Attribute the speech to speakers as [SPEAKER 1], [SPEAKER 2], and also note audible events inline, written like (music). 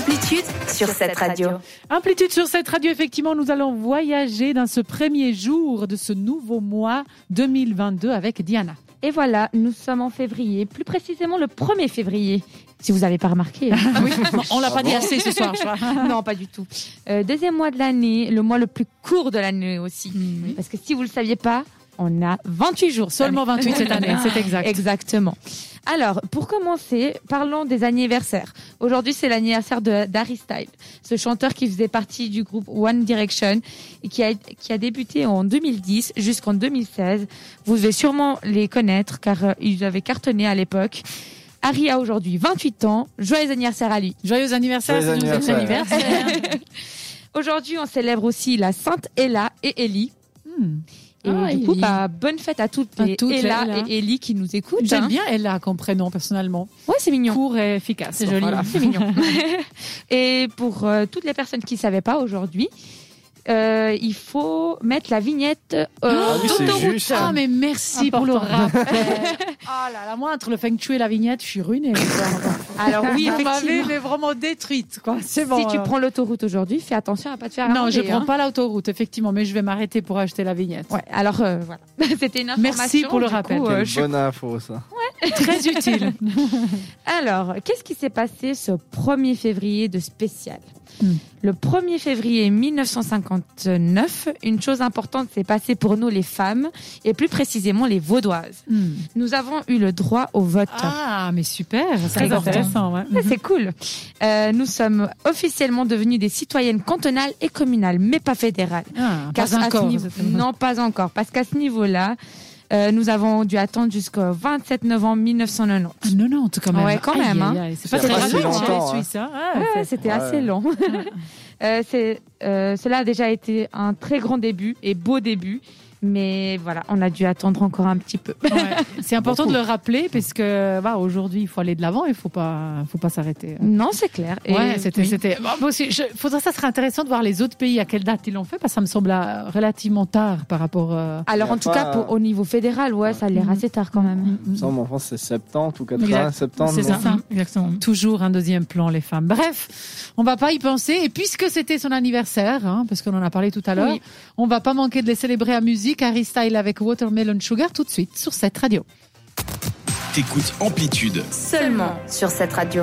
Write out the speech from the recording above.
[SPEAKER 1] Amplitude sur cette radio.
[SPEAKER 2] Amplitude sur cette radio, effectivement, nous allons voyager dans ce premier jour de ce nouveau mois 2022 avec Diana.
[SPEAKER 3] Et voilà, nous sommes en février, plus précisément le 1er février, si vous n'avez pas remarqué. hein.
[SPEAKER 2] On l'a pas dit assez ce soir, je crois.
[SPEAKER 3] non, pas du tout. Euh, deuxième mois de l'année, le mois le plus court de l'année aussi. Parce que si vous ne le saviez pas, on a 28 jours cette
[SPEAKER 2] Seulement
[SPEAKER 3] année.
[SPEAKER 2] 28 cette année, c'est exact.
[SPEAKER 3] Exactement. Alors, pour commencer, parlons des anniversaires. Aujourd'hui, c'est l'anniversaire de d'Harry Styles, ce chanteur qui faisait partie du groupe One Direction et qui a, qui a débuté en 2010 jusqu'en 2016. Vous devez sûrement les connaître car euh, ils avaient cartonné à l'époque. Harry a aujourd'hui 28 ans. Joyeux anniversaire à lui.
[SPEAKER 2] Joyeux anniversaire,
[SPEAKER 4] Joyeux
[SPEAKER 2] c'est notre
[SPEAKER 4] anniversaire.
[SPEAKER 3] (laughs) Aujourd'hui, on célèbre aussi la Sainte Ella et Ellie.
[SPEAKER 2] Hmm.
[SPEAKER 3] Et
[SPEAKER 5] Ah,
[SPEAKER 3] du coup,
[SPEAKER 5] Ellie.
[SPEAKER 3] bah, bonne fête à toutes,
[SPEAKER 2] À
[SPEAKER 3] les
[SPEAKER 2] toutes les
[SPEAKER 3] Ella,
[SPEAKER 2] Ella.
[SPEAKER 3] et Ellie qui nous écoutent.
[SPEAKER 2] J'aime
[SPEAKER 3] hein.
[SPEAKER 2] bien Ella comme prénom, personnellement.
[SPEAKER 3] Ouais, c'est mignon.
[SPEAKER 2] Court et efficace.
[SPEAKER 3] C'est joli, c'est mignon. (laughs) Et pour euh, toutes les personnes qui ne savaient pas aujourd'hui, euh, il faut mettre la vignette euh,
[SPEAKER 4] Ah oui, c'est
[SPEAKER 3] d'autoroute.
[SPEAKER 4] juste.
[SPEAKER 2] Ah, mais merci pour le
[SPEAKER 3] Important.
[SPEAKER 2] rappel. Ah là là, moi, entre le feng shui et la vignette, je suis ruinée.
[SPEAKER 3] Alors
[SPEAKER 2] (laughs)
[SPEAKER 3] oui,
[SPEAKER 2] Vous m'avez
[SPEAKER 3] effectivement.
[SPEAKER 2] mais vraiment détruite, quoi. Ah, bah C'est bon.
[SPEAKER 3] si tu
[SPEAKER 2] euh.
[SPEAKER 3] prends l'autoroute aujourd'hui, fais attention à pas te faire
[SPEAKER 2] Non, je
[SPEAKER 3] arrêter,
[SPEAKER 2] prends
[SPEAKER 3] hein.
[SPEAKER 2] pas l'autoroute, effectivement, mais je vais m'arrêter pour acheter la vignette.
[SPEAKER 3] Ouais, alors euh, voilà. (laughs) C'était une information.
[SPEAKER 2] Merci pour le
[SPEAKER 3] du
[SPEAKER 2] rappel.
[SPEAKER 3] coup, euh, je-
[SPEAKER 4] Bonne info, ça.
[SPEAKER 3] (laughs)
[SPEAKER 2] Très utile.
[SPEAKER 3] Alors, qu'est-ce qui s'est passé ce 1er février de spécial
[SPEAKER 2] Hmm.
[SPEAKER 3] Le 1er février 1959, une chose importante s'est passée pour nous les femmes, et plus précisément les vaudoises.
[SPEAKER 2] Hmm.
[SPEAKER 3] Nous avons eu le droit au vote.
[SPEAKER 2] Ah, mais super, c'est
[SPEAKER 3] Très
[SPEAKER 2] intéressant. ouais.
[SPEAKER 3] Ouais, Ah, C'est cool. Euh, nous sommes officiellement devenues des citoyennes cantonales et communales, mais pas fédérales.
[SPEAKER 2] Ah,
[SPEAKER 3] Car
[SPEAKER 2] pas
[SPEAKER 3] à ce
[SPEAKER 2] encore,
[SPEAKER 3] niveau-
[SPEAKER 2] c'est-
[SPEAKER 3] Non, pas encore. Parce qu'à ce niveau-là, euh, nous avons dû attendre jusqu'au 27 novembre
[SPEAKER 2] Ah, 90
[SPEAKER 3] 1990.
[SPEAKER 2] quand même.
[SPEAKER 3] Ouais, quand
[SPEAKER 2] Aïe,
[SPEAKER 3] même, hein.
[SPEAKER 2] aïe, aïe, C'est pas
[SPEAKER 4] C'est
[SPEAKER 2] très
[SPEAKER 4] pas si
[SPEAKER 2] rapide chez les
[SPEAKER 4] longtemps, hein.
[SPEAKER 2] Suisses. hein. Ah,
[SPEAKER 3] Ouais,
[SPEAKER 2] c'est-
[SPEAKER 3] C'était
[SPEAKER 4] Ouais.
[SPEAKER 3] assez long. (laughs) Euh, c'est- euh, cela a déjà été un très grand début et beau début. Mais voilà, on a dû attendre encore un petit peu. (laughs)
[SPEAKER 2] Ouais. C'est important
[SPEAKER 4] Beaucoup.
[SPEAKER 2] de le rappeler parce que bah, aujourd'hui, il faut aller de l'avant, il faut pas, faut pas s'arrêter. hein.
[SPEAKER 3] Non, c'est clair. Et
[SPEAKER 2] Ouais, c'était,
[SPEAKER 3] oui.
[SPEAKER 2] c'était. bon, moi aussi, je- faudrait, ça serait intéressant de voir les autres pays à quelle date ils l'ont fait, parce que ça me semble euh, relativement tard par rapport. euh,
[SPEAKER 3] Alors,
[SPEAKER 4] Y a
[SPEAKER 3] en tout
[SPEAKER 4] pas-
[SPEAKER 3] cas, pour- au niveau fédéral, ouais, ça a l'air
[SPEAKER 2] Mhm.
[SPEAKER 3] assez tard quand même.
[SPEAKER 4] Il me semble en France, c'est 70 ou 80,
[SPEAKER 5] Exact.
[SPEAKER 4] 70.
[SPEAKER 5] C'est
[SPEAKER 4] non
[SPEAKER 5] ça, exactement.
[SPEAKER 2] Toujours un deuxième plan, les femmes. Bref, on va pas y penser. Et puisque c'était son anniversaire, hein, parce qu'on en a parlé tout à l'heure,
[SPEAKER 3] Oui.
[SPEAKER 2] on va pas manquer de les célébrer à musique. Harry Style avec Watermelon Sugar tout de suite sur cette radio.
[SPEAKER 6] T'écoutes Amplitude.
[SPEAKER 1] Seulement sur cette radio.